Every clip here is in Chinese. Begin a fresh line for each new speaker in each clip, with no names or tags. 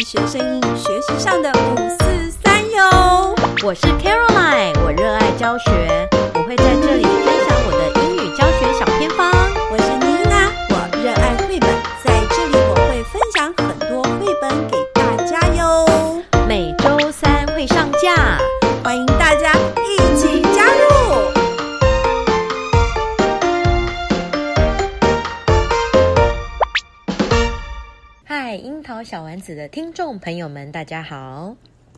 医学生英语学习上的五四三哟。
我是 Caroline，我热爱教学，我会在这里分享我的英语教学小偏方。
我是妮娜，我热爱绘本，在这里我会分享很多绘本给大家哟，
每周三会上架。
欢迎大家一起加入。
嗨，樱桃小丸子的听众朋友们，大家好！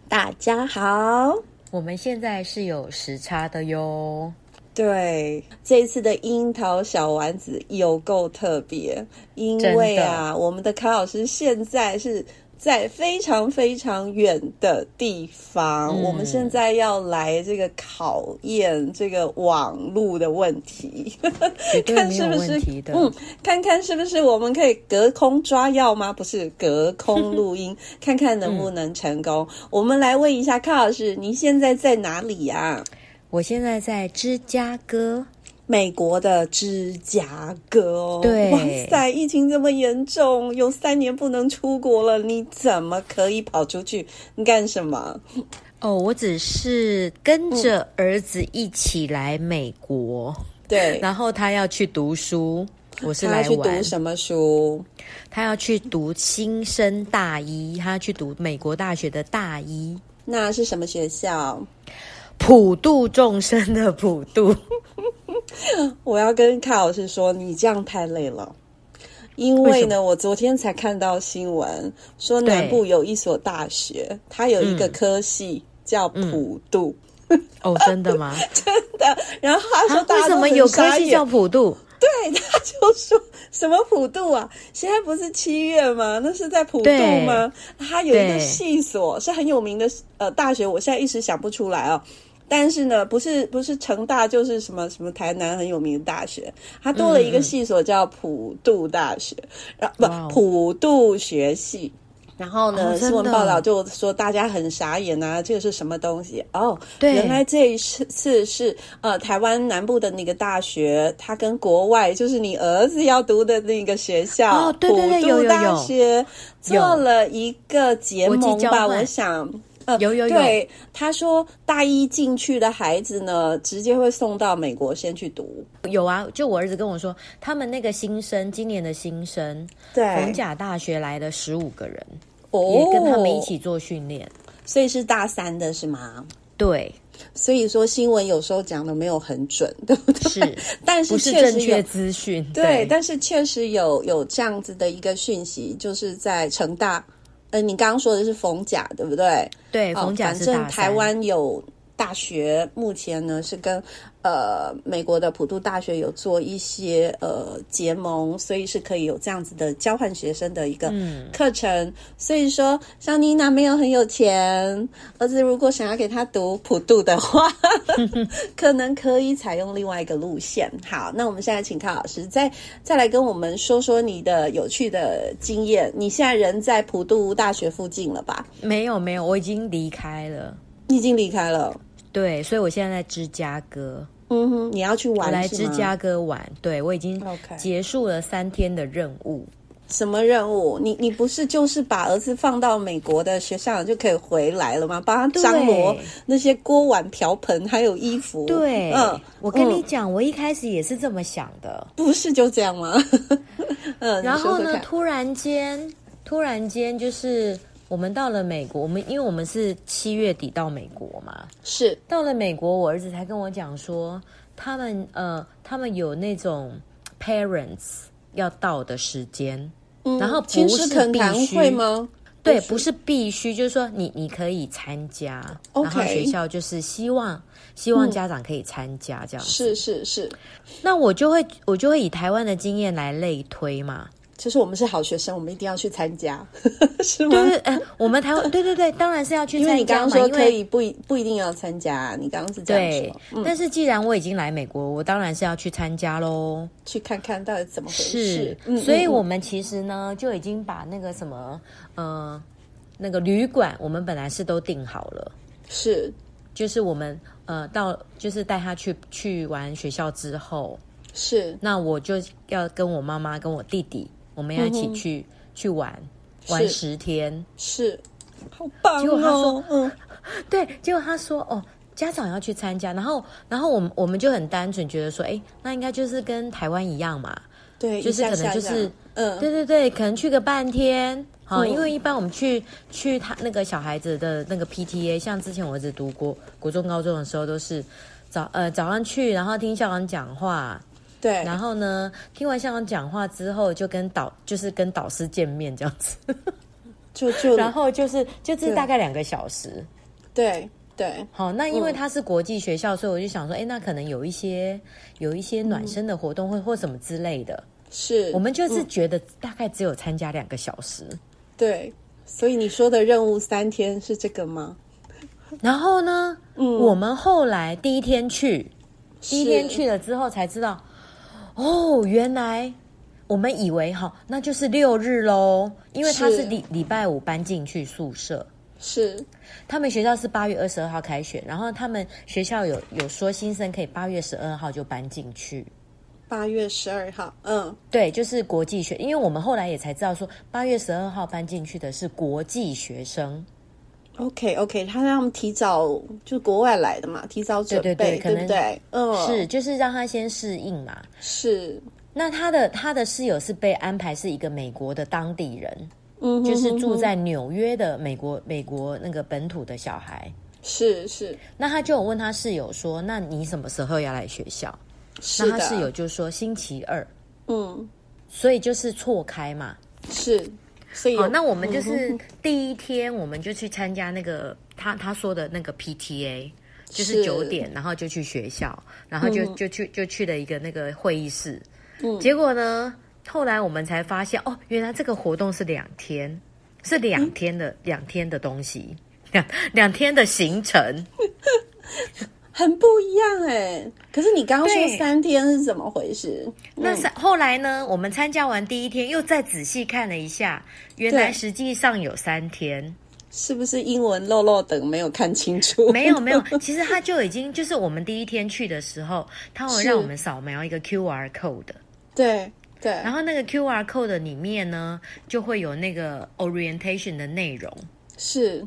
大家好，
我们现在是有时差的 哟。
对，这一次的樱桃小丸子有够特别，因为啊，我们的卡老师现在是在非常非常远的地方，
嗯
我们现在要来这个考验这个网络的问题，
绝对
看
没
是
有
不
问
是
题的。
嗯，看看是不是我们可以隔空抓药吗？不是隔空录 音，看看能
嗯
不能成功。我们来问一下卡老师，您现在在哪里啊呀、
我现在在芝加哥，
美国的芝加哥哦，
对
哇塞，疫情这么严重，有三年不能出国了，你怎么可以跑出去？你干什么？
哦，我只是跟着儿子一起来美国，
对，
然后他要去读书，我是
他
来
去
玩
读。什么书？
他要去读新生大一，他要去读美国大学的大一，
那是什么学校？
普度众生的普度。
我要跟卡老师说，你这样太累了。因为呢，我昨天才看到新闻说，南部有一所大学，它有一个
嗯
科系、叫普渡，
哦，真的吗？
然后 他说
啊、
大
为
家
什
都
么
很
有科
傻
系
眼
叫普度？
对，他就说什么普渡啊？现在不是七月吗？那是在普渡
对
吗？他有一个
对
系所是很有名的呃大学，我现在一时想不出来哦。但是呢，不是不是成大就是什么什么台南很有名的大学，它多了一个系所叫普渡大学，然
嗯哇
后
哦
不普渡学系。然后呢，
哦真的
新闻报道就说大家很傻眼啊，这个是什么东西？哦，
对
原来这一次次是呃台湾南部的那个大学，它跟国外就是你儿子要读的那个学校，
哦对对对
普
有有
渡
有
大学做了一个结
国
盟
际交
吧，
换
我想。呃
有有有
对，他说大一进去的孩子呢，直接会送到美国先去读。
有啊，就我儿子跟我说，他们那个新生，今年的新生，
对，
逢甲大学来的十五个人，
哦，
也跟他们一起，做训练。
所以是大三的是吗？
对，
所以说新闻有时候讲的没有很准，对不对？
是，
但
不
是
是
确
正
实
确
有。
资讯。
对，但是确实有有这样子的一个讯息，就是在成大，呃，你刚刚说的是逢甲，对不对？
对，
哦
逢甲
反
是
正
大
台
三。
湾有大学，目前呢是跟呃美国的普渡大学有做一些呃结盟，所以是可以有这样子的交换学生的一个
嗯
课程。所以说，像妮娜没有很有钱，儿子如果想要给他读普渡的话， 可能可以采用另外一个路线。好，那我们现在请康老师再再来跟我们说说你的有趣的经验。你现在人在普渡大学附近了吧？
没有没有，我已经离开了。
你已经离开了。
对，所以我现在在芝加哥，
嗯哼，你要去玩
我来
是
芝
吗
加哥玩。对，我已经
OK
结束了三天的任务。
什么任务？你你不是就是把儿子放到美国的学校就可以回来了吗？帮他张罗
对
那些锅碗瓢盆还有衣服。
对，
嗯，
我跟你
嗯
讲，我一开始也是这么想的。
不是就这样吗？ 嗯，
然
你说
后呢
说，看
突然间，突然间就是我们到了美国，我们因为我们是七月底到美国嘛，
是
到了美国，我儿子才跟我讲说，他们呃，他们有那种 parents 要到的时间，
嗯
然哦后不
亲师
是
恳
必
谈
须
会吗？
对，不是必须，就是说你你可以参加
OK 嗯
然后学校就是希望希望家长可以参加这样。
是是是，
那我就会我就会以台湾的经验来类推嘛，
就是我们是好学生，我们一定要去参加， 是吗？
对对，呃，我们台湾对对对，当然是要去
嗯因为
参
你刚刚
加嘛，
说
因
可
为
以不一不一定要参加，啊你刚刚是这
对
样说，，嗯，
但是既然我已经来美国，我当然是要去参加喽。
去看看到底怎么回
是
事。嗯，
所以
嗯
我们其实呢就已经把那个什么，呃，那个旅馆我们本来是都订好了，
是
就是我们呃到就是带他去去完学校之后，
是
嗯那我就要跟我妈妈跟我弟弟，我们要一起去、去玩。玩十天，
是，好棒
结果他
哦
说！
嗯，
对，结果他说哦，家长要去参加，然后然后我们我们就很单纯觉得说，哎，那应该就是跟台湾一样嘛，
对，
就是
一下
可能就
下一
是
样嗯，
对对对，可能去个半天。好，
嗯
因为一般我们去去他那个小孩子的那个 PTA，像之前我儿子读国国中、高中的时候，都是早呃早上去，然后听校长讲话，
对，
然后呢听完校长讲话之后，就跟导就是跟导师见面这样子，
就就
然后就是就是
对
大概两个小时。嗯
对对
好，那因为它是国际学校，所以我就想说，哎，那可能有一些有一些暖身的活动或或什么之类的，
是，
我们就是觉得大概只有参加两个小时。
对，所以你说的任务三天是这个吗？嗯
然后呢，我们后来第一天去，第一天
是
去了之后才知道，哦，原来我们以为哈，那就是六日喽，因为他
是
是礼礼拜五搬进去宿舍。
是
他们学校是八月二十二号开学，然后他们学校有有说新生可以八月十二号就搬进去。
八月十二号，嗯，
对，就是国际学，因为我们后来也才知道说，八月十二号搬进去的是国际学生。
OK OK，他让他们提早就国外来的嘛，提早准
对
备，
对对可能
不对？嗯，
是，就是让他先适应嘛。
是，
那他的他的室友是被安排是一个美国的当地人，
嗯哼哼哼，
就是住在纽约的美国美国那个本土的小孩。
是是
那他就有问他室友说：“那你什么时候要来学校？”
是
那
的，
他室友就说：“星期二。
嗯”
所以就是错开嘛。
是，所以
好，
有
哦
嗯
那我们就是第一天我们就去参加那个他他说的那个 PTA。就是
是嗯
九点，然后就去学校，然后就、就去就去了一个那个会议室。结果呢，后来我们才发现，哦，原来这个活动是两天，是两天
嗯
的、两天的东西，两两天的行程。
很不一样哎、可是你刚刚说
对
三天是怎么回事？
那
嗯
是后来呢，我们参加完第一天，又再仔细看了一下，原来
对
实际上有三天。
是不是英文漏漏等没有看清楚？
没有没有，其实他就已经就是我们第一天去的时候，他会
是
让我们扫描一个 QR code，
对对，然
然后那个 QR code 里面呢就会有那个 orientation 的内容。
是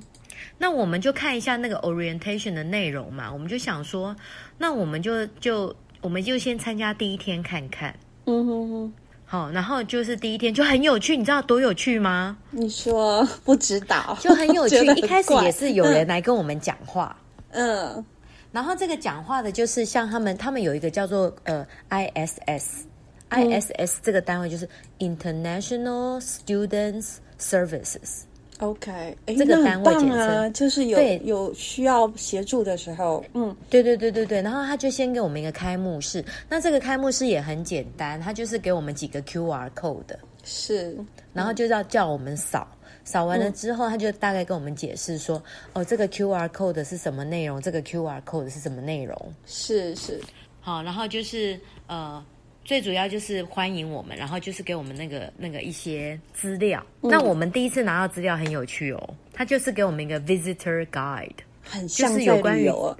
那我们就看一下那个 orientation 的内容嘛，我们就想说，那我们就就我们就先参加第一天看看，
嗯哼哼，
好，然后就是第一天就很有趣，你知道多有趣 吗？
你说不知道
就很有趣
觉得，
一开始
怪
也是有人来跟我们讲话，
嗯
然后这个讲话的就是像他们，他们有一个叫做呃 ISS。ISS 这个单位就是 International Students Services，
OK，哎，
这
那
个
很
单位
棒
简
啊，
称
就是有
对
有需要协助的时候，嗯，
对对对对对。然后他就先给我们一个开幕式，那这个开幕式也很简单，他就是给我们几个 QR code，
是
然后就要叫我们扫，扫完了之后，他就大概跟我们解释说，哦，这个 QR code 是什么内容，这个 QR code 是什么内容。
是是，
好，然后就是呃，最主要就是欢迎我们，然后就是给我们那个那个一些资料。
嗯
那我们第一次拿到资料很有趣哦，它就是给我们一个 visitor guide，
很像
就是有
在
关于
旅游啊，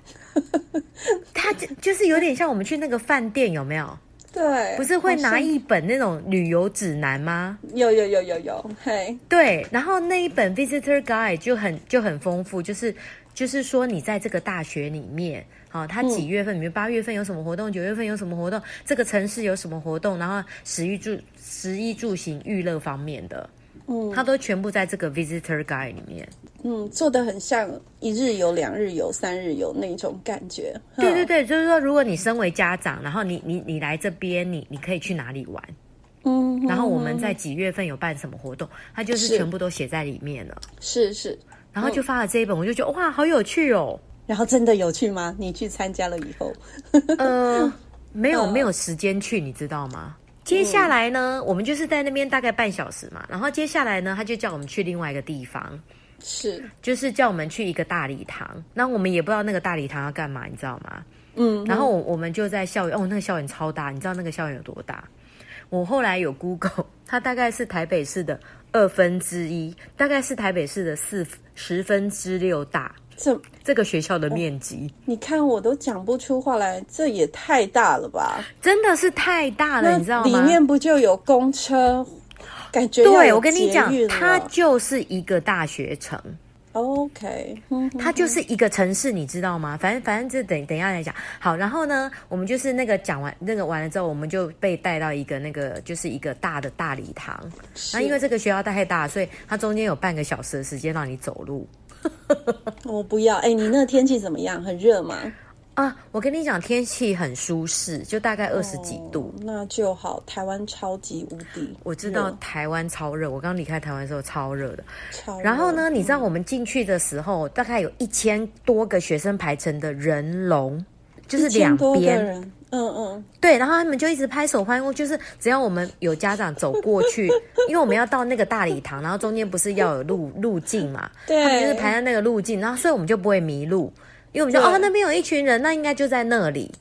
它就就是有点像我们去那个饭店有没有？
对，
不是会
好
拿
像
一本那种旅游指南吗？
有有有有有，嘿，
对，然后那一本 visitor guide 就很就很丰富，就是就是说你在这个大学里面，好、它
嗯
几月份？比如八月份有什么活动，九月份有什么活动，这个城市有什么活动，然后食衣住食衣住行娱乐方面的，嗯，它都全部在这个 visitor guide 里面。
嗯，做的很像一日游、两日游、三日游那种感觉，
对
嗯，
对对，就是说，如果你身为家长，然后你你你来这边，你你可以去哪里玩？
嗯，
然后我们在几月份有办什么活动，它就是
是
全部都写在里面了。
是是，
然后就发了这一本，我就觉得哇，好有趣哦。
然后真的有去吗？你去参加了以后，
呃，没有
嗯
没有时间去，你知道吗？接下来呢，我们就是在那边大概半小时嘛，然后接下来呢，他就叫我们去另外一个地方，
是，
就是叫我们去一个大礼堂。那我们也不知道那个大礼堂要干嘛，你知道吗？
嗯，
然后我我们就在校园，哦，那个校园超大，你知道那个校园有多大？我后来有 Google，它 大概是台北市的二分之一，大概是台北市的四十分之六大，
这
这个学校
哦
的面积。
你看我都讲不出话来，这也太大了吧？
真的是太大了，
那
你知道吗？
里面不就有公车、感觉要
对
有
我跟你
捷
讲
运，
它
了嗯
就是一个大学城。
OK，嗯
它就是一个城市，你知道吗？反正反正这等等一下来讲。好，然后呢，我们就是那个讲完那个完了之后，我们就被带到一个那个就是一个大的大礼堂。那因为这个学校太大，所以它中间有半个小时的时间让你走路
我不要。哎、你那个天气怎么样？很热吗？
啊。我跟你讲，天气很舒适，就大概二十几度。
哦那就好。台湾超级无敌，
我知道
热
台湾超热，我刚离开台湾的时候超热的。
超热。
然后呢，你知道我们进去的时候，大概有一千多个学生排成的人龙，就是两
千多个
边。
人，嗯嗯，
对，然后他们就一直拍手欢呼，就是只要我们有家长走过 去，因为我们要到那个大礼堂，然后中间不是要有路路径嘛，
对
他们就是排在那个路径，然后所以我们就不会迷路，因为我们就
对
哦那边有一群人，那应该就在那里，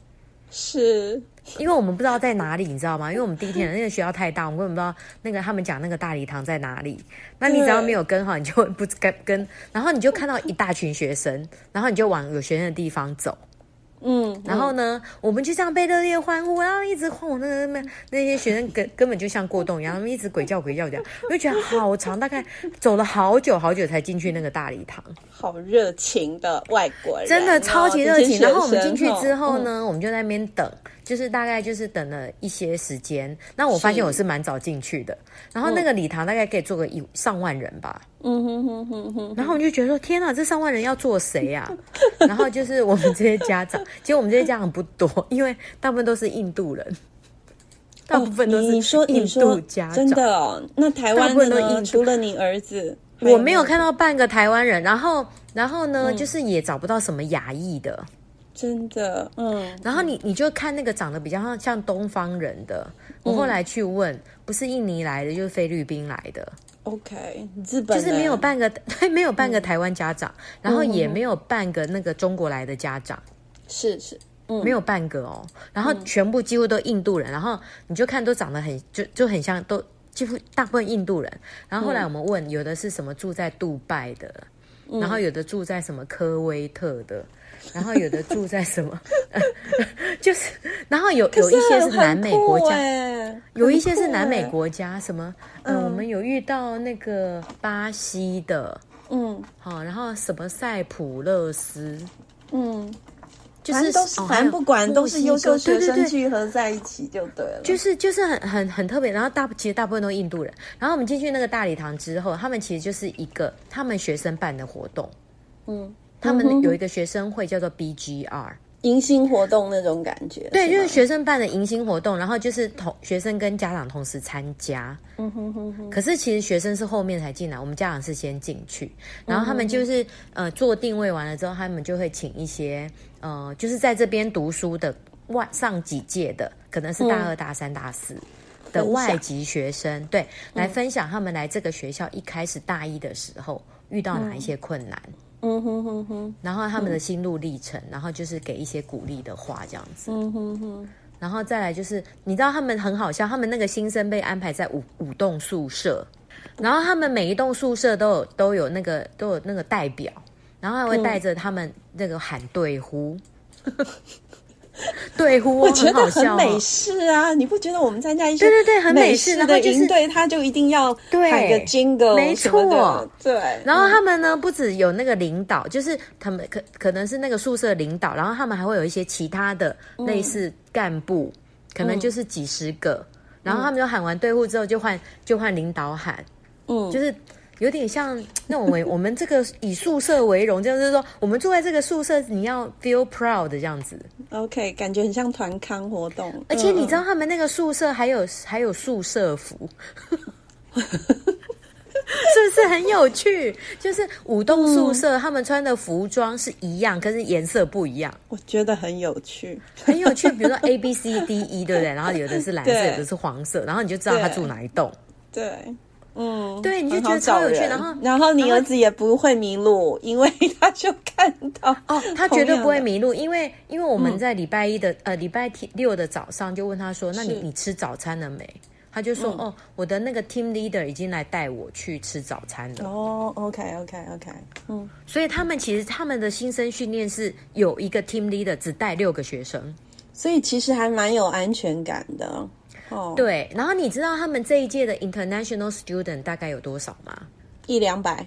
是
因为我们不知道在哪里，你知道吗？因为我们第一天那个学校太大，我们根本不知道那个他们讲那个大礼堂在哪里。那你只要没有跟好，你就会不知跟跟，然后你就看到一大群学生，然后你就往有学生的地方走。
嗯，
然后呢，我们就这样被热烈欢呼，然后一直晃我那个那那些学生根根本就像过动一样，他们一直鬼叫鬼叫这样，我就觉得好长，大概走了好久好久才进去那个大礼堂，
好热情的外国人哦，
真的超级热情。
这些
然后我们
学
进
生
去之后
哦，
呢，我们就在那边等，就是大概就是等了一些时间。那我发现
是
我是蛮早进去的，然后那个礼堂大概可以坐个一上万人吧，
嗯哼哼哼哼，
然后我们就觉得说，天哪，这上万人要做谁啊？ 然后就是我们这些家长，其实我们这些家长不多，因为大部分都是印度人，大部分都
哦你你说
是印
你说
度家长。
真的哦，那台
大
湾
部
的
分都印
呢？
度
除了你儿子，还
我没有，看到半个台湾人，然后，然后呢，
嗯
就是也找不到什么亚裔的，
真的，嗯，嗯
然后你你就看那个长得比较像像东方人的，我后来去问，不是印尼来的，就是菲律宾来的，
OK，日本
就是没有
人嗯
半个 对，没有半个台湾家长，然后也没有半个那个中国来的家长。
是是，嗯，
没有半个哦，然后全部几乎都印度人，然后你就看都长得很就就很像，都几乎大部分印度人。然后后
嗯
来我们问，有的是什么住在杜拜的，然后有的住在什么科威特的，然后有的住在什么， 就是然后有有一些是南美国家，
家，
有一些
欸很
是
酷
南美
欸，
国家什么，嗯、我们有遇到那个巴西的，
嗯
好、然后什么塞浦勒斯，
嗯，
就
反
是
正都是
哦还有
反正不管都
墨
是
西
优秀
哥
学
对对
生
对
聚合在一起就对了，
就是就是很很很特别，然后大其实大部分都是印度人。然后我们进去那个大礼堂之后，他们其实就是一个他们学生办的活动，
嗯，
他
嗯
们
哼
有一个学生会叫做 BGR，
迎新活动那种感觉，
对，就是
吗
学生办的迎新活动，然后就是同学生跟家长同时参加。
嗯哼哼哼，
可是其实学生是后面才进来，我们家长是先进去，然后他们就是呃做定位完了之后，他们就会请一些呃就是在这边读书的呃外上几届的，可能是大二、大三、大四。的
分享
外籍学生对来分享他们来这个学校一开始大一的时候遇到哪一些困难，
嗯哼哼哼，
然后他们的心路历程，然后就是给一些鼓励的话这样子。
嗯哼哼，
然后再来就是，你知道他们很好笑，他们那个新生被安排在五五栋宿舍，然后他们每一栋宿舍都有都有那个都有那个代表，然后还会带着他们那个喊 队呼，队呼、哦，
我觉得
好笑、
很
哦，
美式啊，你不觉得我们参加一些
对对对很美
美
式
式
然后
的
就是
营队，他就一定要
对
喊个 jingle，
没
什么的
错，
对，
然后他们呢，不止有那个领导，就是他们可可能是那个宿舍领导，然后他们还会有一些其他的类似干部，可能就是几十个。然后他们就喊完队呼之后，就换就换领导喊，
嗯
就是有点像那种为我 们这个以宿舍为荣，就是说我们住在这个宿舍，你要 feel proud 这样子。
OK，感觉很像团康活动，
而且你知
道，
道他们那个宿舍还有还有宿舍服， 是不是很有趣？就是五栋宿舍、他们穿的服装是一样，可是颜色不一样，
我觉得很有趣，
很有趣。比如说 A B C D E，对不对？然后有的是蓝色，
对
有的是黄色，然后你就知道他
对
住哪一栋。
对。嗯，
对你就
很好
觉得超有趣
找人
然后
然后你
然后
儿子也不会迷路，因为他就看到
哦，他绝
同
对
样
不会
的。嗯
迷路，因为因为我们在礼拜一的、呃礼拜天六的早上就问他说：“那你
是嗯
你吃早餐了没？”他就说：“哦，我的那个 team leader 已经来带我去吃早餐了。”
哦，OK，OK，OK，嗯，
所以他们其实他们的新生训练是有一个 team leader 只带六个学生，
所以其实还蛮有安全感的。哦，
对，然后你知道他们这一届的 international student 大概有多少吗？
一两百，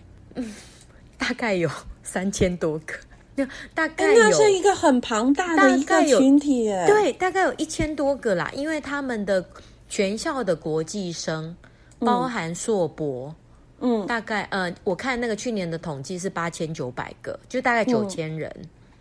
大概有三千多个，那大
哎
概有、
那是一个很庞大的一
大
个
概有
群体耶。，
对，大概有一千多个啦，因为他们的全校的国际生包含硕博，
嗯，
大概呃，我看那个去年的统计是八千九百个，就大概
嗯
九千人，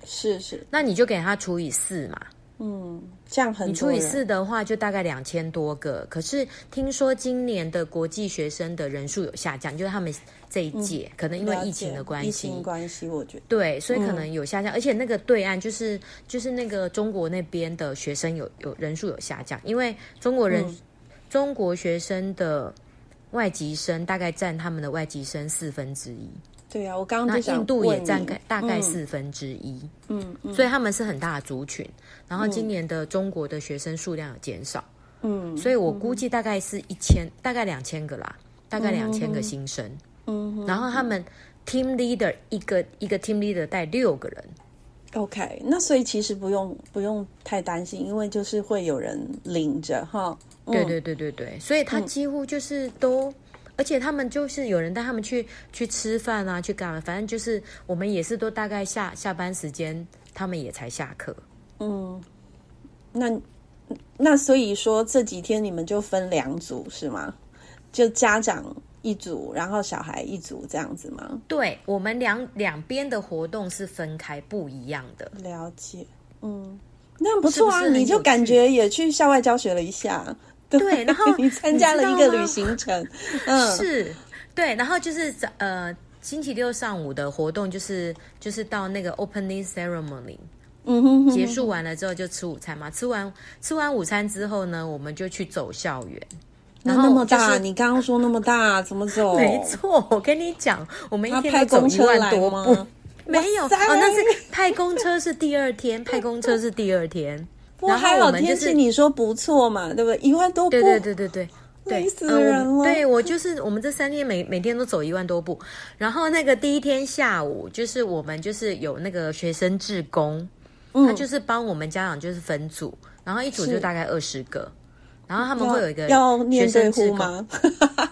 是是，
那你就给他除以四嘛，
嗯，这样很
你
多
除以
人。
四的话就大概两千多个。可是听说今年的国际学生的人数有下降，就是他们这一届、可能因为
嗯了
疫情
解
的关
疫
系
情，关系，我觉得
对，所以可能有下降，而且那个对岸就是就是那个中国那边的学生有有人数有下降，因为中国人、
嗯
中国学生的外籍生大概占他们的外籍生四分之一，
对啊，我刚刚
那
就想
印度
问
也占
你
概大概
嗯
四分之一，
嗯嗯
所以他们是很大的族群。然后今年的中国的学生数量有减少，
嗯
所以我估计大概是一千，大概两千个啦，大概两千个新生。
嗯哼
然后他们 team leader 一个一个 team leader 带六个人。
，OK，那所以其实不用不用太担心，因为就是会有人领着哈。
对对对对对，所以他几乎就是都，而且他们就是有人带他们去去吃饭啊，去干嘛，反正就是我们也是都大概下下班时间，他们也才下课。
那那所以说这几天你们就分两组是吗？就家长一组，然后小孩一组这样子吗？
对我们两两边的活动是分开不一样的，
了解，嗯，那不错啊，
是不是很
你就
有趣
感觉也去校外教学了一下，
对然后
你参加了一个
你知道吗
旅行程，嗯，
是，对，然后就是早呃星期六上午的活动就是就是到那个 opening ceremony。
嗯哼哼，
结束完了之后就吃午餐嘛，吃完吃完午餐之后呢，我们就去走校园。
那
然后
那么
就
大，
是
你刚刚说那么大，怎么 走？
没错，我跟你讲，我们一
哦他
天
派
都走
公
一
车
万
来
多步
吗，？
没有
哇
哦，
塞
那是派公车是第二天，派公车是第二天。
不过
然
还
后我
好
们
天
就
气
是
你说不错嘛，对不对？一万多步，
对对对对对。对
累，死
呃我
人
们
了
对我就是我们这三天每每天都走一万多步，然后那个第一天下午就是我们就是有那个学生志工，
嗯
他就是帮我们家长就是分组，然后一组
是
就大概二十个，然后他们会有一个
要面
学
对
生志
呼
工，
吗？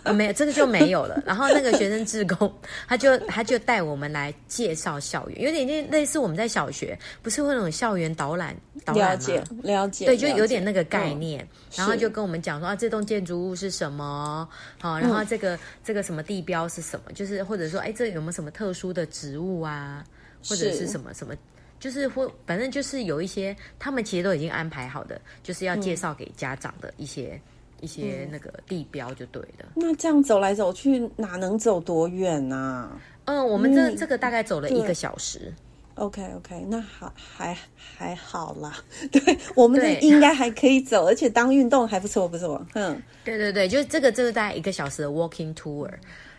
呃，没有这个就没有了。然后那个学生志工，他就他就带我们来介绍校园，有点类类似我们在小学不是会有那种校园导览导览
了
吗？
解，了解，
嗯对，就有
了
点
解嗯
那个概念，然后
是
就跟我们讲说啊，这栋建筑物是什么，好、
嗯
然后这个、这个什么地标是什么，就是或者说，哎，这有没有什么特殊的植物啊，或者
是
是什么什么，就是或反正就是有一些，他们其实都已经安排好的，就是要介绍给家长的一些、
嗯
一些那个地标就对了。
那这样走来走去，哪能走多远啊
嗯，我们这、
嗯
这个大概走了
对
一个小时。
？OK OK，那好，还还好啦。 对，我们的
对
应该还可以走，而且当运动还不错，不错。嗯，
对对对，就是这个，这个大概一个小时的 walking tour。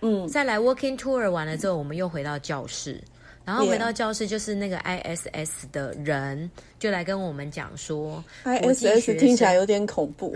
嗯，
再来 walking tour 完了之后，我们又回到教室，然后
Yeah
回到教室就是那个 ISS 的人就来跟我们讲说国际学
ISS 听起来
生
有点恐怖。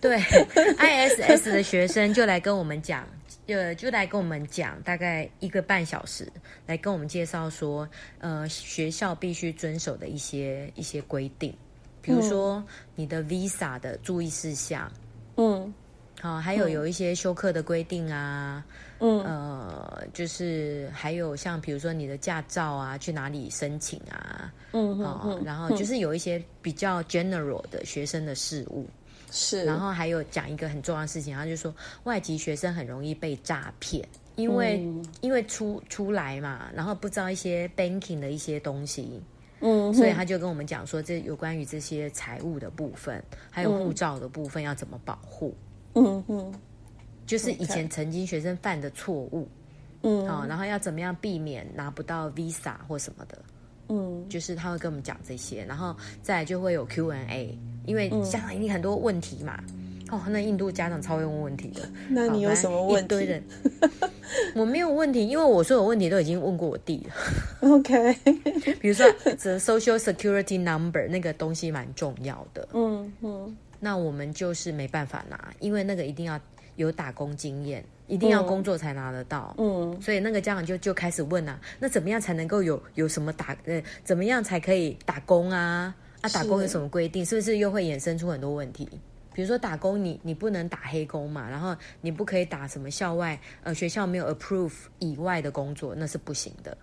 对 ISS 的学生就来跟我们讲，呃，就来跟我们讲大概一个半小时，来跟我们介绍说，呃，学校必须遵守的一些一些规定，比如说你的 visa 的注意事项。
嗯
好、哦还有有一些休课的规定啊，
嗯
呃，就是还有像比如说你的驾照啊，去哪里申请啊，
嗯嗯
啊、
嗯，
然后就是有一些比较 general 的学生的事务，
是，
然后还有讲一个很重要的事情，他就说外籍学生很容易被诈骗，因为、
嗯
因为出出来嘛，然后不知道一些 banking 的一些东西，
嗯，
所以他就跟我们讲说，这有关于这些财务的部分，还有护照的部分要怎么保护。
嗯嗯
就是以前曾经学生犯的错误，
嗯
啊、然后要怎么样避免拿不到 visa 或什么的，
嗯，
就是他会跟我们讲这些，然后再来就会有 Q&A，
嗯
因为家长一定很多问题嘛。哦，那印度家长超会问问题的。
那你有
好
什么
一
问
堆
题
人， 我没有问题，因为我所有问题都已经问过我弟 了。
？OK，
比如说，这 Social Security Number 那个东西蛮重要的，
嗯嗯
那我们就是没办法拿，因为那个一定要有打工经验，一定要工作才拿得到。
嗯，
所以那个家长就就开始问啊，那怎么样才能够有有什么打呃，怎么样才可以打工啊？啊，打工有什么规定？是不是又会衍生出很多问题？比如说打工你，你不能打黑工嘛，然后你不可以打什么校外呃学校没有 approve 以外的工作，那是不行的。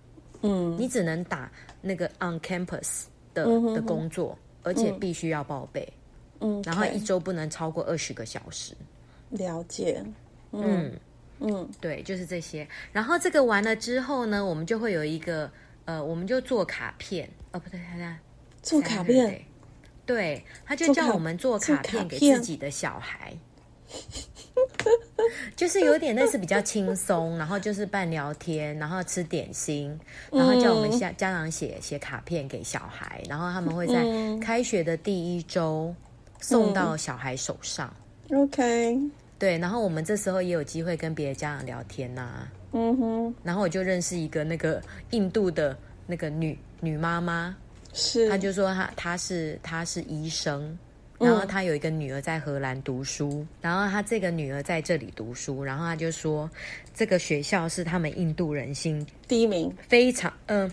嗯，
你只能打那个 on campus 的、的工作，而且必须要报备，
嗯，
然后
OK，
一周不能超过二十个小时。
了解，
嗯，
嗯
对，就是这些。然后这个完了之后呢，我们就会有一个呃，我们就做卡片。哦，不对，大家
做卡片，。
对，他就
做
叫
卡
我们做
做
卡
卡
片给自
片
己的小孩，就是有点类似比较轻松，然后就是半聊天，然后吃点心，然后叫我们
嗯
家家长写写卡片给小孩，然后他们会在
嗯
开学的第一周送到小孩手上。
OK，
对，然后我们这时候也有机会跟别的家长聊天呐、啊
嗯哼，
然后我就认识一个那个印度的那个女女妈妈，
是，
他就说他他是他是医生，然后他有一个女儿在荷兰读书，然后他这个女儿在这里读书，然后他就说这个学校是他们印度人心
第一名，
非常嗯、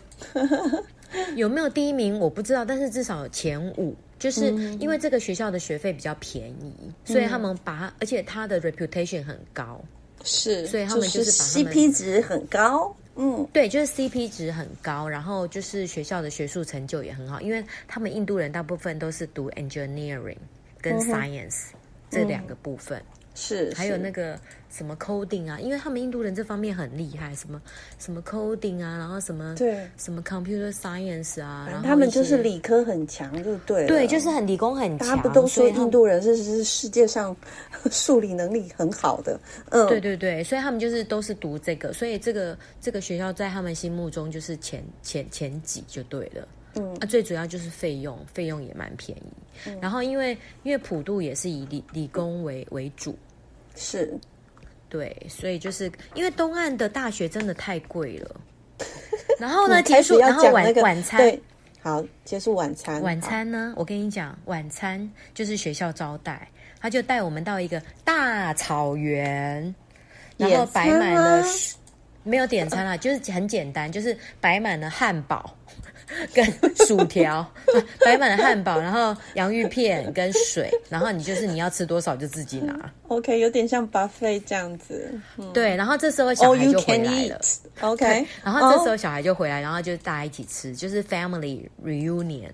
有没有第一名我不知道，但是至少有前五。就是因为这个学校的学费比较便宜，所以他们把它，而且它的 reputation 很高，
是，
所以他
就
们就是是把他们
CP 值很高，嗯，
对，就是 CP 值很高，然后就是学校的学术成就也很好，因为他们印度人大部分都是读 engineering 跟
嗯
science、这两个部分，
是，
还有
嗯是
那个什么 coding 啊，因为他们印度人这方面很厉害，什么什么 coding 啊，然后什么
对
什么 computer science 啊，然后
他们就
一
是
些
理科很强，就对了，
对，就是很理工很
大
强，
家不都
所
说
以他们
印度人是是世界上 数理能力很好的，嗯，
对对对，所以他们就是都是读这个，所以这个这个学校在他们心目中就是前前前几就对了。嗯，啊，最主要就是费用，费用也蛮便宜。
嗯
然后因为因为普渡也是以理理工为为主，
是，
对，所以就是因为东岸的大学真的太贵了。然后呢，
你嗯
结
开始
束，
要
然后
讲
晚、
那个
晚餐，
对，好，结束晚餐，
晚餐呢，我跟你讲，晚餐就是学校招待，他就带我们到一个大草原，然后
野
摆
餐
满了
吗
蔬，没有点餐啦，就是很简单，就是摆满了汉堡跟薯条， 摆满了汉堡，然后洋芋片跟水，然后你就是你要吃多少就自己拿。
好，OK，有点像 buffet 这样子
对，然后这时候小
，All
孩
嗯哦 you
就回
can 哦
来了。
eat，OK，
然后这时
候，
候小孩就回来，然后就大家一起吃，就是 family reunion。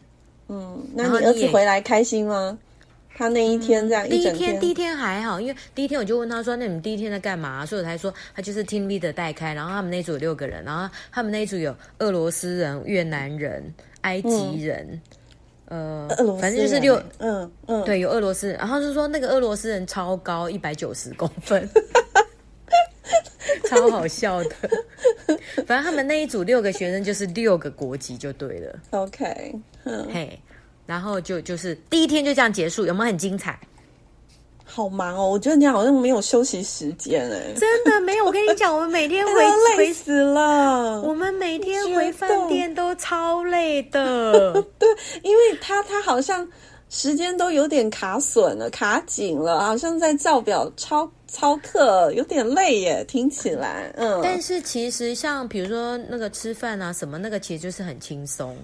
嗯，那
然后
你儿
你
子
也嗯
回来开心吗？他那一天这样
第
一
一
整
天，第一天还好，因为第一天我就问他说：“那你们第一天在干嘛、所以我才说他就是 team leader 带开，然后他们那组有六个人，然后他们那组有俄罗斯人、越南人、埃及人，
嗯俄罗
呃，
斯
反正就是
人
六
欸，嗯嗯，
对，有俄罗斯人。然后就说那个俄罗斯人超高，一百九十公分， 超好笑的。反正他们那一组六个学生就是六个国籍就对了，
，OK，嗯，
嘿。然后就就是第一天就这样结束，有没有很精彩？
好忙哦，我觉得你好像没有休息时间哎，
真的没有，我跟你讲，我们每天 回
真的累
回
死了，
我们每天
觉
回
得
饭店都超累的，
对，因为他他好像时间都有点卡损了，卡紧了，好像在照表抄抄课，有点累耶，听起来，嗯，
但是其实像比如说那个吃饭啊什么那个，其实就是很轻松。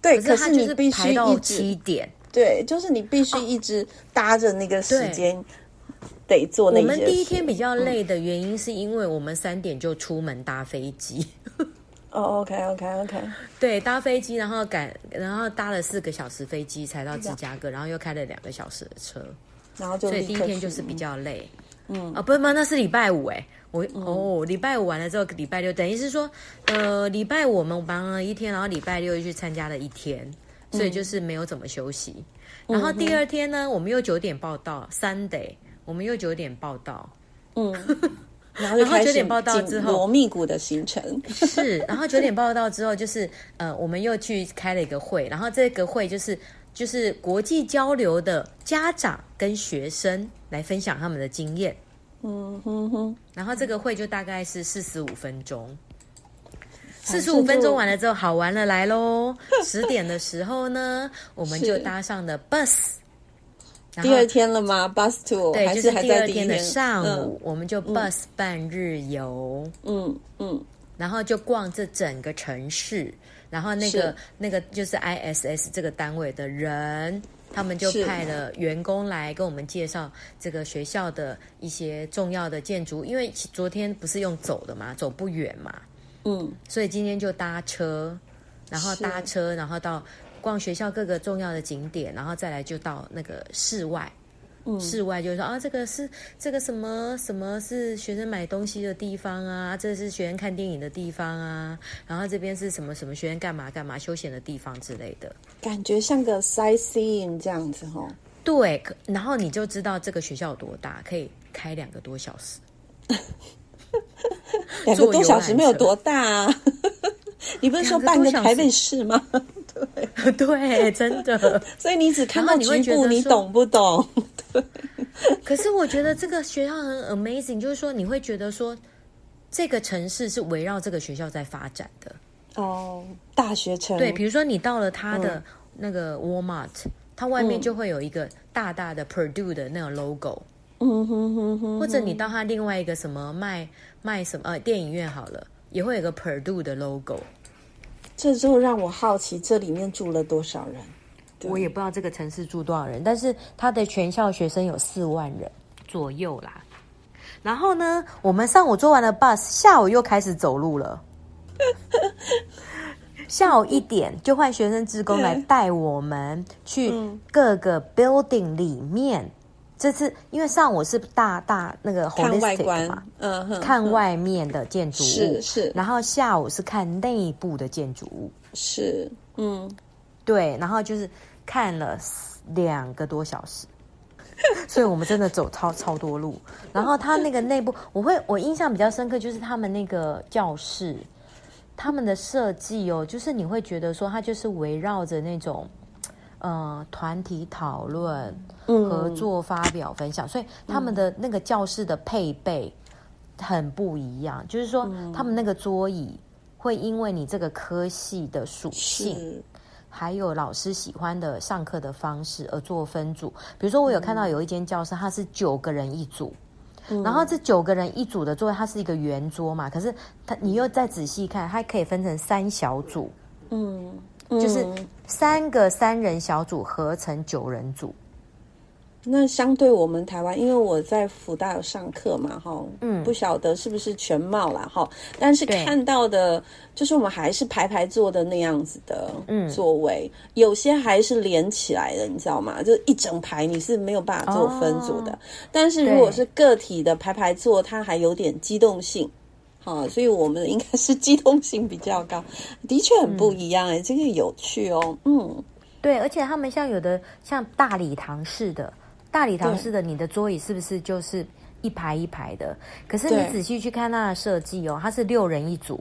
对，
哎可
可
它
是
就
你
是
必须
排到
一
七哦
直，
点，
对，就是你必须一直搭着那个时间，得做那些
我们
事。
第一天比较累的原因是因为我们三点就出门搭飞机，
哦，OK，OK，OK，
对，搭飞机，然后赶，然后搭了四个小时飞机才到芝加哥，然后又开了两个小时的车，
然后就
所以
立
第一
刻
天
去
就是比较累。嗯啊，不是吗？那是礼拜五哎、我、
嗯
哦，礼拜五完了之后，礼拜六等于是说，呃，礼拜五我们忙了一天，然后礼拜六又去参加了一天，所以
嗯
就是没有怎么休息。然后第二天呢，我们又九点报到，Sunday 我们又九点报到，
然后就
然后
开
九
始
点报到
紧
之后
锣密鼓的行 程，
是，然后九点报到之后，就是呃，我们又去开了一个会，然后这个会就是就是国际交流的家长跟学生来分享他们的经验，
嗯哼哼，
然后这个会就大概是四十五分钟。四
正
十五分
就
钟完了之后，好玩了来喽！十点的时候呢，我们就是搭上了 bus，然
第
后
二天了吗？Bus tour
对，
还
就是
还
第
在
二
第一
天的上
嗯
午，我们就 bus 半日游。
嗯嗯
然后就逛这整个城市，然后那个
是
那个就是 ISS 这个单位的人，他们就是派了员工来跟我们介绍这个学校的一些重要的建筑，因为其昨天不是用走的嘛，走不远嘛，
嗯，
所以今天就搭车，然后
是
搭车，然后到逛学校各个重要的景点，然后再来就到那个室外。
嗯
室外就是说啊，这个是这个什么什么是学生买东西的地方啊，这是学生看电影的地方啊，然后这边是什么什么学生干嘛干嘛休闲的地方之类的。
感觉像个 sightseeing 这样子 哈、哦。
对，可然后你就知道这个学校有多大，可以开两个多小时。
两个多小时没有多大、啊， 你不是说半个台北市吗？
对，真的。
所以你只看到
然后你会
局
觉得
部，
说
你懂不懂？
可是我觉得这个学校很 amazing，就是说你会觉得说，这个城市是围绕这个学校在发展的。
哦，大学城
对，比如说你到了它
嗯
的那个 Walmart，、它外面就会有一个大大的 Purdue 的那种 logo，、
嗯哼哼哼，
或者你到它另外一个什么卖卖什么呃电影院好了，也会有一个 Purdue 的 logo。
这就让我好奇，这里面住了多少人？
我也不知道这个城市住多少人，但是他的全校学生有四万人左右啦。然后呢，我们上午坐完了 bus，下午又开始走路了。下午一点就换学生职工来带我们去
嗯
各个 building 里面。这次因为上午是大大那个
看外
holistic 嘛
观，，嗯哼，
看外面的建筑物，
是是
然后下午是看内部的建筑物。
是，嗯，
对，然后就是看了四两个多小时，所以我们真的走超超多路。然后他那个内部，我会我印象比较深刻就是他们那个教室，他们的设计哦，就是你会觉得说它就是围绕着那种。呃，团体讨论、合作、发表、分享，所以他们的那个教室的配备很不一样。就是说，他们那个桌椅会因为你这个科系的属性，
是，
还有老师喜欢的上课的方式而做分组。比如说，我有看到有一间教室，它是九个人一组。然后这九个人一组的座位，它是一个圆桌嘛，可是它你又再仔细看，它可以分成三小组，
嗯，
就是
嗯
三个三人小组合成九人组。
那相对我们台湾，因为我在福大有上课嘛，哈，
嗯
不晓得是不是全貌啦，哈，但是
对
看到的，就是我们还是排排坐的那样子的
嗯
座位，有些还是连起来的，你知道吗？就一整排你是没有办法做分组的。
哦
但是如果
对
是个体的排排坐，它还有点机动性。好，所以我们应该是机动性比较高，的确很
嗯
不一样哎、这个有趣哦，嗯，
对，而且他们像有的像大礼堂式的，大礼堂
对
式的，你的桌椅是不是就是一排一排的？可是
对
你仔细去看它的设计哦，它是六人一组，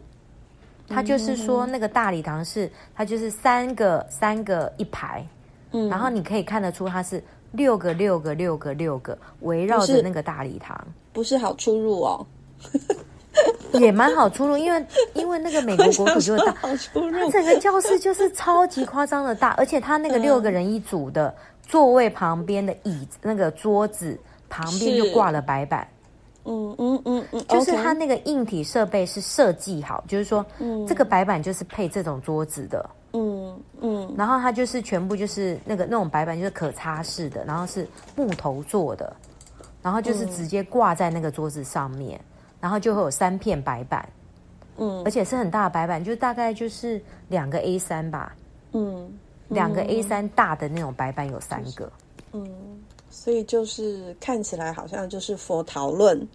它就是说
嗯
那个大礼堂式，它就是三个三个一排，
嗯
然后你可以看得出它是六个六个六个六个围绕
不
着
是
那个大礼堂。
不是好出入哦，
也蛮好出入，因为因为那个美国
我
国
想
土就
说
是大，
好哦出
它
入，
整个教室就是超级夸张的大，而且它那个六个人一组的座位旁边的椅子，那个桌子旁边
是
就挂了白板，
嗯嗯嗯嗯，
就是它
OK
那个硬体设备是设计好，就是说这个白板就是配这种桌子的，
嗯嗯
然后它就是全部就是那个那种白板就是可擦式的，然后是木头做的，然后
嗯
就是直接挂在那个桌子上面，然后就会有三片白板，
嗯
而且是很大的白板，就大概就是两个 A 三吧，
嗯
两个 A 三大的那种白板有三个，
嗯，所以就是看起来好像就是佛讨论，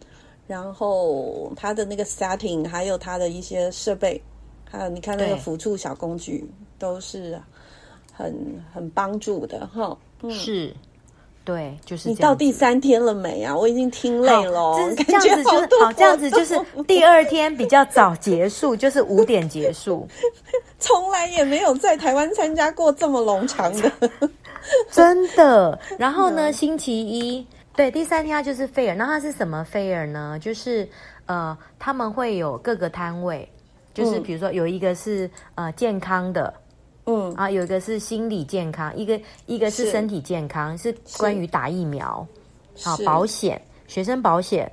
然后它的那个 setting，还有它的一些设备，还有你看那个
对
辅助小工具，都是很很帮助的哈。
是，对，就
嗯
是
你
这样
到
子
第三天了没啊？我已经听累了
好
哦，
这
感
这样
觉
子就是
多
好，这样子就是第二天比较早结束， 就是五点 结束，
从来也没有在台湾参加过这么冗长 的。
真的。然后
嗯
呢，星期一，对，第三天它就是 fair，那它是什么 fair 呢？就是呃，他们会有各个摊位，就是
嗯
比如说有一个是呃健康的，
嗯
啊，有一个是心理健康，一个一个是
是
身体健康，是关于打疫苗，啊
是，嗯
保险，学生保险，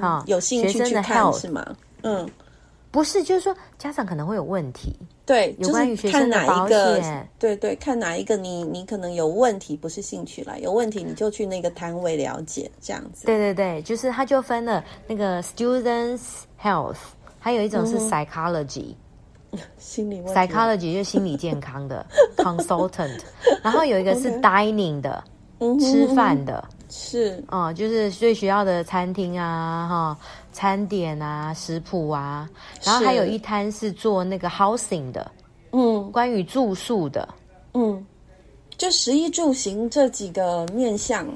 啊，
有兴
学
趣
生
去
的
看
health，
是吗？嗯
不是，就是说家长可能会有问题，
对，
有
就
关于学
是看
生的
哪
保
一个
险，
对对，看哪一个你你可能有问题，不是兴趣啦，有问题你就去那个摊位了解这样子。
对对对，就是它就分了那个 students health，还有一种
嗯
是 psychology，、
心理问题
psychology 就是心理健 康的 consultant，然后有一个是 dining 的，
嗯哼
吃饭的，
是
哦、就是最学校的餐厅啊，哈、餐点啊，食谱啊，然后还有一摊是做那个 housing 的，
嗯
关于住宿的，
嗯，就食衣住行这几个面向，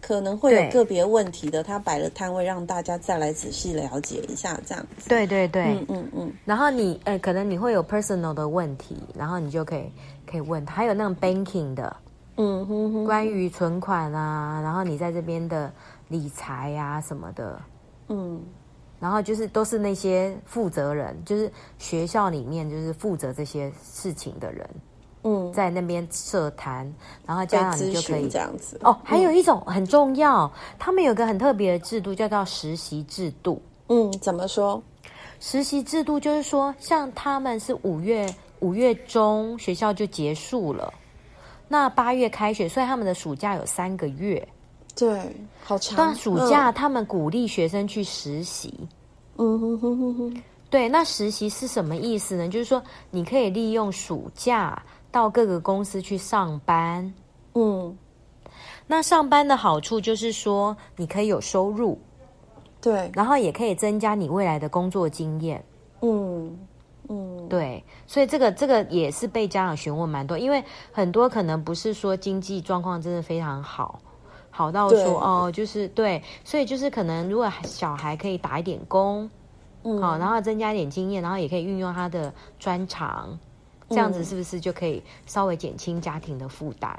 可能会有
对
个别问题的，他摆了摊位让大家再来仔细了解一下这样子。
对对对，
嗯嗯嗯，
然后你哎，可能你会有 personal 的问题，然后你就可以可以问他，还有那种 banking 的，
嗯哼哼，
关于存款啊，然后你在这边的理财啊什么的，
嗯
然后就是都是那些负责人，就是学校里面就是负责这些事情的人
嗯，
在那边设谈，然后
被
家长你
咨
就可
询
以
这样子。
哦，还有一种很重要，他们有个很特别的制度，叫做实习制度。
嗯，怎么说？
实习制度就是说，像他们是五月五月中学校就结束了，那八月开学，所以他们的暑假有三个月。
对，好长。
但啊暑假他们鼓励学生去实习。
嗯，嗯哼哼哼哼，
对，那实习是什么意思呢？就是说你可以利用暑假到各个公司去上班。
嗯，
那上班的好处就是说，你可以有收入，
对，
然后也可以增加你未来的工作经验。
嗯嗯，
对，所以这个这个也是被家长询问蛮多，因为很多可能不是说经济状况真的非常好，好到
对
说哦，就是对，所以就是可能如果小孩可以打一点工，
嗯
好、然后增加一点经验，然后也可以运用他的专长，这样子是不是就可以稍微减轻家庭的负担？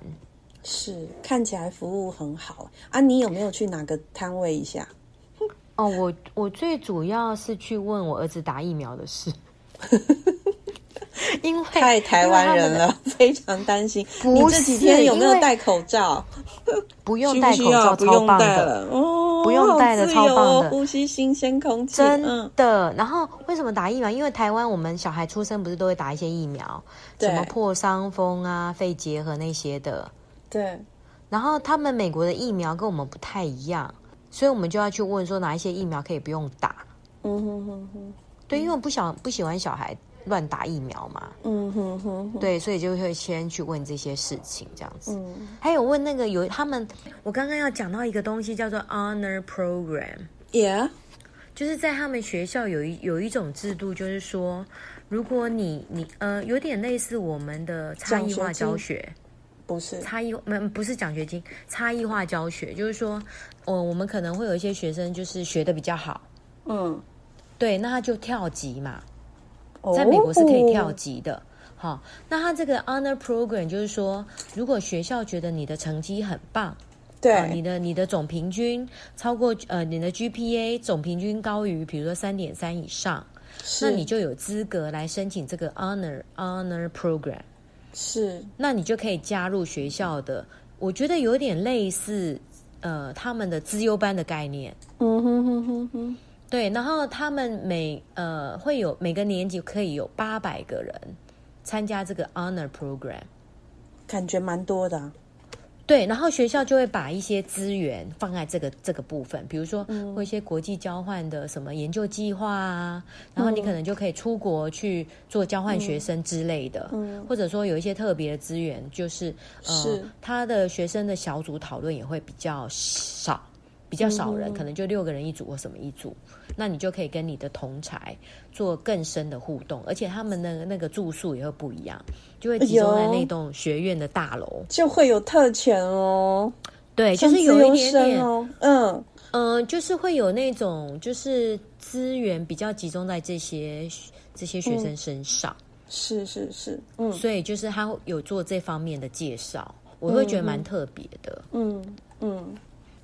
是看起来服务很好啊。你有没有去哪个摊位一下？
哦，我我最主要是去问我儿子打疫苗的事， 因为
太台湾人
因为他们的
了，非常担心。
不
你这几天有没有
是因为
戴口罩？
不
需
用
不
戴
需
口
要？
罩，
不
超
用
棒
戴
的。
了，哦，
不用戴了
好自
超
由
棒
哦
的
呼吸新鲜空气，
真
嗯，
的。然后为什么打疫苗？因为台湾我们小孩出生不是都会打一些疫苗，
对
什么破伤风啊、肺结核那些的。
对，
然后他们美国的疫苗跟我们不太一样，所以我们就要去问说哪一些疫苗可以不用打。
嗯哼哼哼，
对，因为我不想不喜欢小孩乱打疫苗嘛，
嗯哼哼哼，
对，所以就会先去问这些事情这样子。
嗯，
还有问那个有他们，我刚刚要讲到一个东西叫做 honor program。
也
就是在他们学校有一有一种制度，就是说，如果你你呃有点类似我们的差异化教学，
不是，
差异没不是奖学金，差异化教学就是说，呃我们可能会有一些学生就是学的比较好，
嗯，
对，那他就跳级嘛，
哦
在美国是可以跳，级的。好，那他这个 honor program 就是说，如果学校觉得你的成绩很棒，呃你
对，
的你的总平均超过呃你的 GPA 总平均高于比如说三点三以上，
是
那你就有资格来申请这个 honor honor program，
是，
那你就可以加入学校的，我觉得有点类似呃他们的资优班的概念。
嗯哼哼哼哼，
对，然后他们每呃会有每个年级可以有八百个人参加这个 honor program，
感觉蛮多的啊，
对，然后学校就会把一些资源放在这个这个部分，比如说会一些国际交换的什么研究计划啊，然后你可能就可以出国去做交换学生之类的，
嗯
或者说有一些特别的资源，就是呃
是
他的学生的小组讨论也会比较少。比较少
嗯
人，可能就六个人一组或什么一组，那你就可以跟你的同才做更深的互动，而且他们的那个住宿也会不一样，就会集中在
有
那栋学院的大楼。
就会有特权哦，
对，就
像
是
自
有一
由
点
生
点，
哦，嗯，
嗯、就是会有那种，就是资源比较集中在这些这些学
嗯
生身上，
是是是，嗯
所以就是他会有做这方面的介绍，我会觉得蛮特别的。
嗯嗯，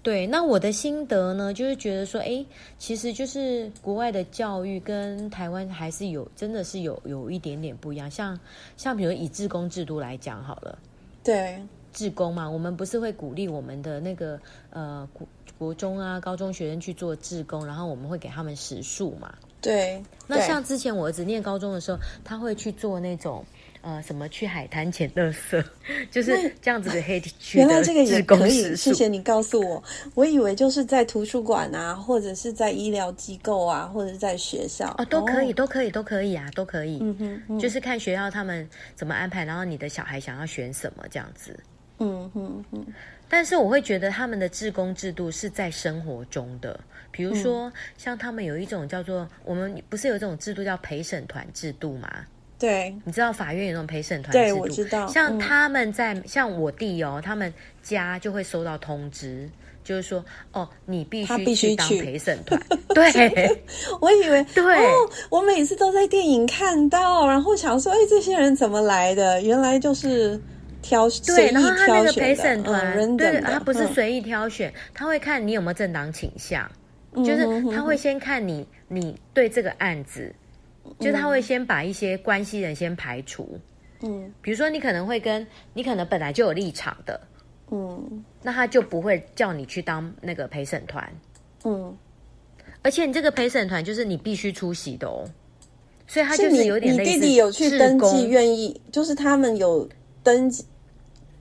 对，那我的心得呢，就是觉得说，哎，其实就是国外的教育跟台湾还是有，真的是有有一点点不一样。像像比如以志工制度来讲好了，
对，
志工嘛，我们不是会鼓励我们的那个呃国国中啊、高中学生去做志工，然后我们会给他们时数嘛。
对，
那
对
像之前我儿子念高中的时候，他会去做那种呃什么去海滩捡垃圾，就是这样子的黑区
原来
的
这个也
志工
可以，
时
谢
数。
谢你告诉我，我以为就是在图书馆啊，或者是在医疗机构啊，或者是在学校
哦，都可以，都可以，都可以啊，都可以。嗯
哼，
就是看学校他们怎么安排，然后你的小孩想要选什么这样子。
嗯嗯嗯，
但是我会觉得他们的志工制度是在生活中的，
嗯
比如说、像他们有一种叫做我们不是有一种制度叫陪审团制度吗？
对，
你知道法院有那种陪审团
对
制度，
我知道
像
嗯
他们在、像我弟哦，他们家就会收到通知，就是说哦，你必
他
须
必须
当
去
陪审团， 对。
我以为
对
哦，我每次都在电影看到，然后想说，哎，这些人怎么来的？原来就是挑随
对，
意
然后他那
挑
个
选
陪
的
审团，
嗯、
对，
random 的
他不是
嗯
随意挑选，他会看你有没有正当倾向，就是
嗯
他会先看你你对这个案子，就是他会先把一些关系人先排除，
嗯
比如说你可能会跟你可能本来就有立场的，
嗯
那他就不会叫你去当那个陪审团，
嗯，
而且你这个陪审团就是你必须出席的哦。所以他就是是
你
有点
你
类似
弟弟有去
志
登
工
记，愿意，就是他们有登记。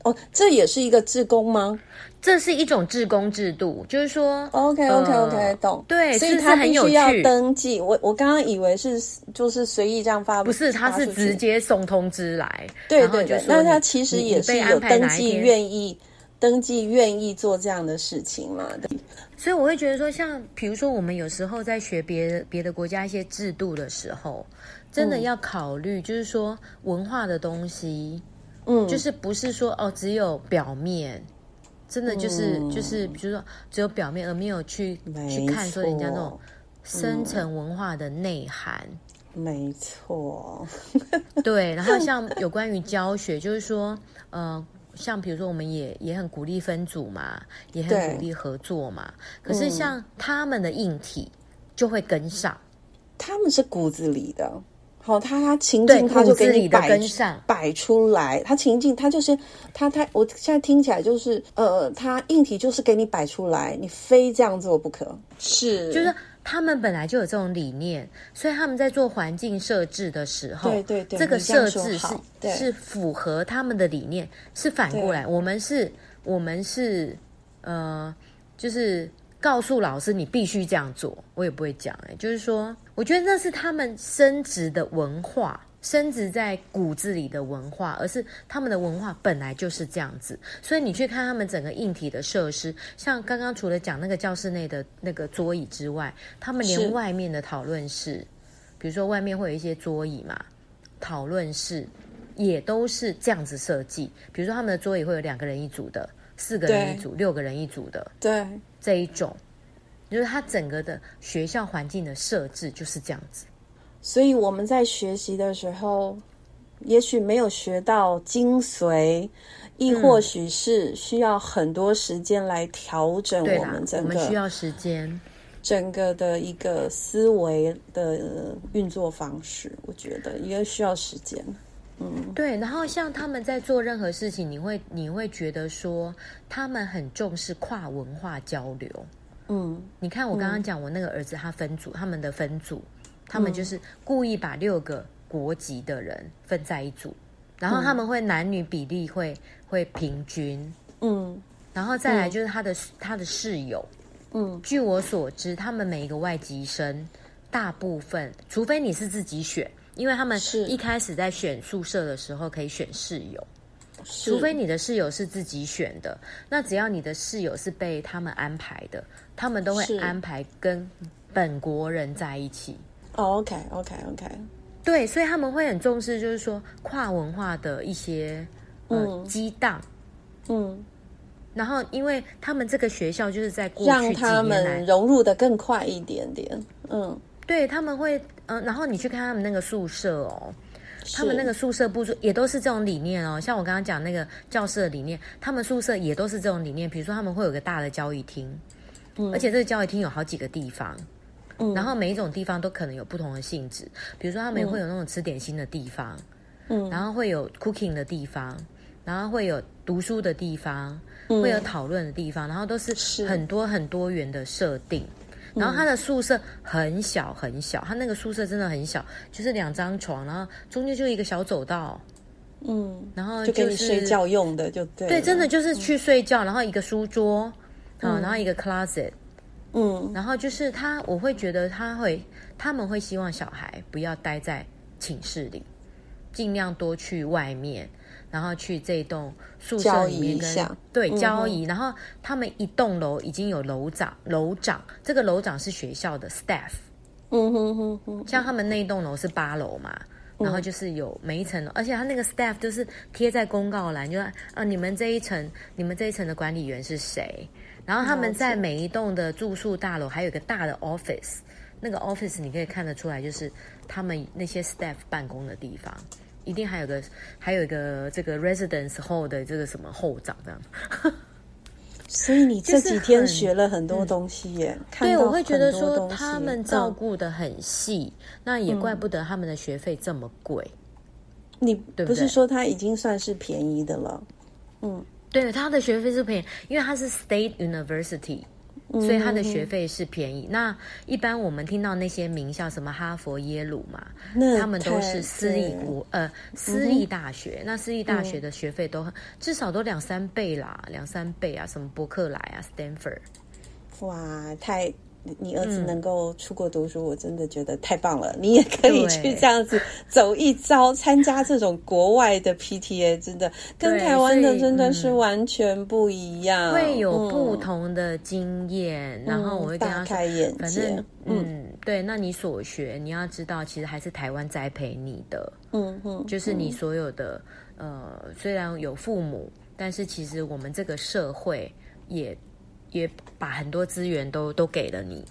哦，这也是一个志工吗
这是一种志工制度，就是说
？OK OK
呃
OK，、懂。
对，
所
是
以
不是
他
很
必
有
须要
趣
登记。我我刚刚以为是就是随意这样发，
不是，他
发
是
出去
直接送通知来，
哦对
然后
对
就
对，
说
那
你
他其实
你
也
你
是
被
有
安排
登
哪一
记
天
愿意。登记愿意做这样的事情嘛？对
所以我会觉得说，像比如说我们有时候在学别别的国家一些制度的时候，真的要考虑，就是说文化的东西，
嗯，
就是不是说哦只有表面。真的就是、就是，比如说只有表面，而没有去去看说人家那种深层文化的内涵。
没错，
对，然后像有关于教学，就是说，呃，像比如说，我们也也很鼓励分组嘛，也很
对嗯
鼓励合作嘛。可是像他们的硬体就会跟上，
他们是骨子里的。好，他他情
对
境他就
骨子
给
里
你
的
摆
跟上
摆出来，他情境他就是他他，我现在听起来就是呃，他硬题就是给你摆出来，你非这样做不可。是，
就是他们本来就有这种理念，所以他们在做环境设置的时候，
对对对
这个
你这样
设
说
置是
好对
是符合他们的理念，是反过来，我们是我们是呃，就是告诉老师你必须这样做，我也不会讲哎、就是说，我觉得那是他们升职的文化。升植在骨子里的文化，而是他们的文化本来就是这样子，所以你去看他们整个硬体的设施，像刚刚除了讲那个教室内的那个桌椅之外，他们
是
连外面的讨论室，比如说外面会有一些桌椅嘛，讨论室也都是这样子设计。比如说他们的桌椅会有两个人一组的、四个人一
对
组、六个人一组的
对，
这一种，就是它整个的学校环境的设置就是这样子。
所以我们在学习的时候，也许没有学到精髓，亦
嗯
或许是需要很多时间来调整
对
我
啦
们，
我
整
们需
个
要时间。
整个的一个思维的呃运作方式。我觉得也需要时间。
对，然后像他们在做任何事情，你会你会觉得说他们很重视跨文化交流。
嗯，
你看我刚刚讲我那个儿子，他分组，他们的分组，他们就是故意把六个国籍的人分在一组，然后他们会男女比例会会平均，
嗯
然后再来就是他的、他的室友，
嗯，
据我所知，他们每一个外籍生，大部分，除非你是自己选，因为他们
是
一开始在选宿舍的时候可以选室友，
是
除非你的室友是自己选的，那只要你的室友是被他们安排的，他们都会
是
安排跟本国人在一起。
哦，OK OK OK，
对，所以他们会很重视，就是说跨文化的一些呃激荡。
嗯，
然后，因为他们这个学校就是在过
让
去几
他
年来
们，融入的更快一点点。嗯，
对他们会，嗯、然后你去看他们那个宿舍哦，他们
是
那个宿舍布置也都是这种理念哦，像我刚刚讲那个教室的理念，他们宿舍也都是这种理念。比如说他们会有个大的交易厅，而
嗯
且这个交易厅有好几个地方，然后每一种地方都可能有不同的性质。比如说他们会有那种吃点心的地方，
嗯
然后会有 cooking 的地方，然后会有读书的
嗯
地方，会有讨论的地方，然后都是
是嗯
很多很多元的设定。然后他的宿舍很小很小，他那个宿舍真的很小，就是两张床，然后中间就一个小走道，
嗯，
然后
就给你
是
睡觉用的就对。
对，真
的，
的就是去睡觉，然后一个书桌，啊、然后一个 closet，
嗯
然后就是他，我会觉得他会，他们会希望小孩不要待在寝室里，尽量多去外面，然后去这栋宿舍里面
交易一
跟
下嗯
对交易。然后他们一栋楼已经有楼长，楼长这个楼长是学校的 staff，
嗯哼哼哼，
像他们那一栋楼是八楼嘛，然后就是有每一层楼，而且他那个 staff 就是贴在公告栏，就是呃你们这一层，你们这一层的管理员是谁？然后他们在每一栋的住宿大楼还有一个大的 office，那个 office 你可以看得出来，就是他们那些 staff 办公的地方。一定还有个，还有一个这个 residence hall 的这个什么后长这样，
所以你这
就是
几天
很嗯
学了很多东西耶，看
对，
到
我会觉得
很多
说
东西
他们照
嗯
顾的很细，那也怪不得他们的学费这么贵。
你，
对不
不是
对
说它已经算是便宜的了？
对，他的学费是便宜，因为他是 state university，所
嗯
以他的学费是便宜。那一般我们听到那些名校，什么哈佛、耶鲁嘛，
那
他们都是
太嗯
私立
对
国呃私立大学，那私立大学的学费都很至少都两三倍啦，两三倍啊，什么伯克莱啊、Stanford。
哇，太你你儿
嗯
子能够出国读书，我真的觉得太棒了。你也可以去
对
这样子走一遭，参加这种国外的 PTA，真的跟
对
台湾
所
的
以
真的是
嗯
完全不一样，
会有不
嗯
同的经验，然后我会跟他
大
说
开，眼
反
界
正嗯，对，那你所学你要知道，其实还是台湾栽培你的，
嗯嗯，
就是你所有的呃，虽然有父母，但是其实我们这个社会也也把很多资源都都给了你。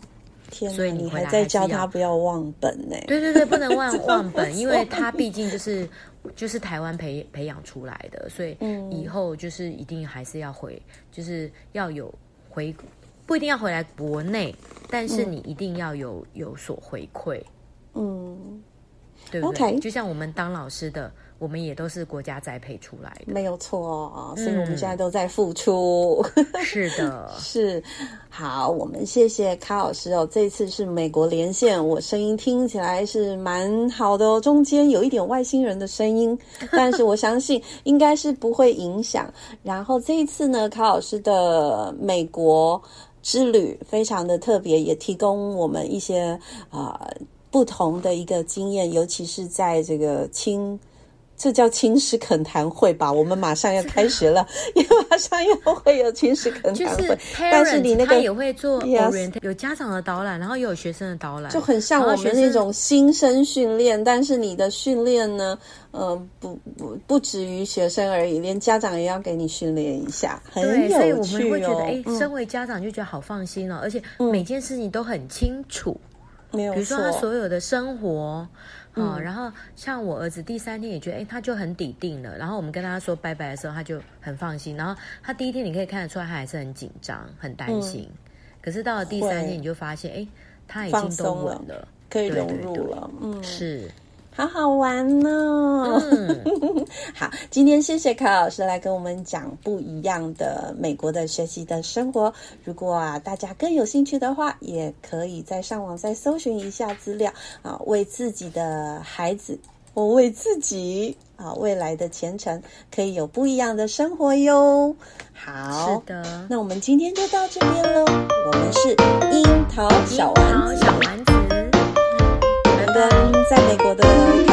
天哪，
所以你回
还
来
在
还是
教他
要
不要忘本呢、
对对对，不能忘忘本，因为他毕竟就是就是台湾培培养出来的，所以
嗯
以后就是一定还是要回，就是要有回，不一定要回来国内，但是你一定要有有所回馈，
嗯，
对不对
OK
就像我们当老师的，我们也都是国家栽培出来 的。
没有错哦，所以我们
嗯
现在都在付出。
是的，
是，好，我们谢谢卡老师哦。这次是美国连线，我声音听起来是蛮好的哦，中间有一点外星人的声音，但是我相信应该是不会影响。然后这一次呢，卡老师的美国之旅非常的特别，也提供我们一些啊、呃不同的一个经验，尤其是在这个亲。这叫青史恳谈会吧？我们马上要开始了， 也马上要会有青史恳
就
谈
是
会。
parents
但是你那
他
个
也会做
Yes
orient，有家长的导览，然后也有学生的导览，
就很像我
然后啊学
们
生
那种新生训练，但是你的训练呢，呃，不不不止于学生而已，连家长也要给你训练一下，很
对，所以
有
我们会
趣
觉得，
哦。嗯
哎、身为家长就觉得好放心哦，而且每件事情都很清楚，
没有
比如说他
错，嗯
所有的生活。啊、然后像我儿子第三天也觉得，哎，他就很抵定了。然后我们跟他说拜拜的时候，他就很放心。然后他第一天你可以看得出来，他还是很紧张、很担心。可是到了第
嗯
三
会
天，你就发现，哎，他已
放
经都
松
稳
了
了，
可以
对
融
对
入
对
了，嗯，
是，
好好玩哦。
嗯，
好，今天谢谢卡老师来跟我们讲不一样的美国的学习的生活。如果啊大家更有兴趣的话，也可以再上网再搜寻一下资料啊，为自己的孩子，我为自己啊未来的前程可以有不一样的生活哟。好
是，的。
那我们今天就到这边喽。我们是樱桃小丸
好，
子，嗯
小丸子，拜拜。
跟在美国的嗯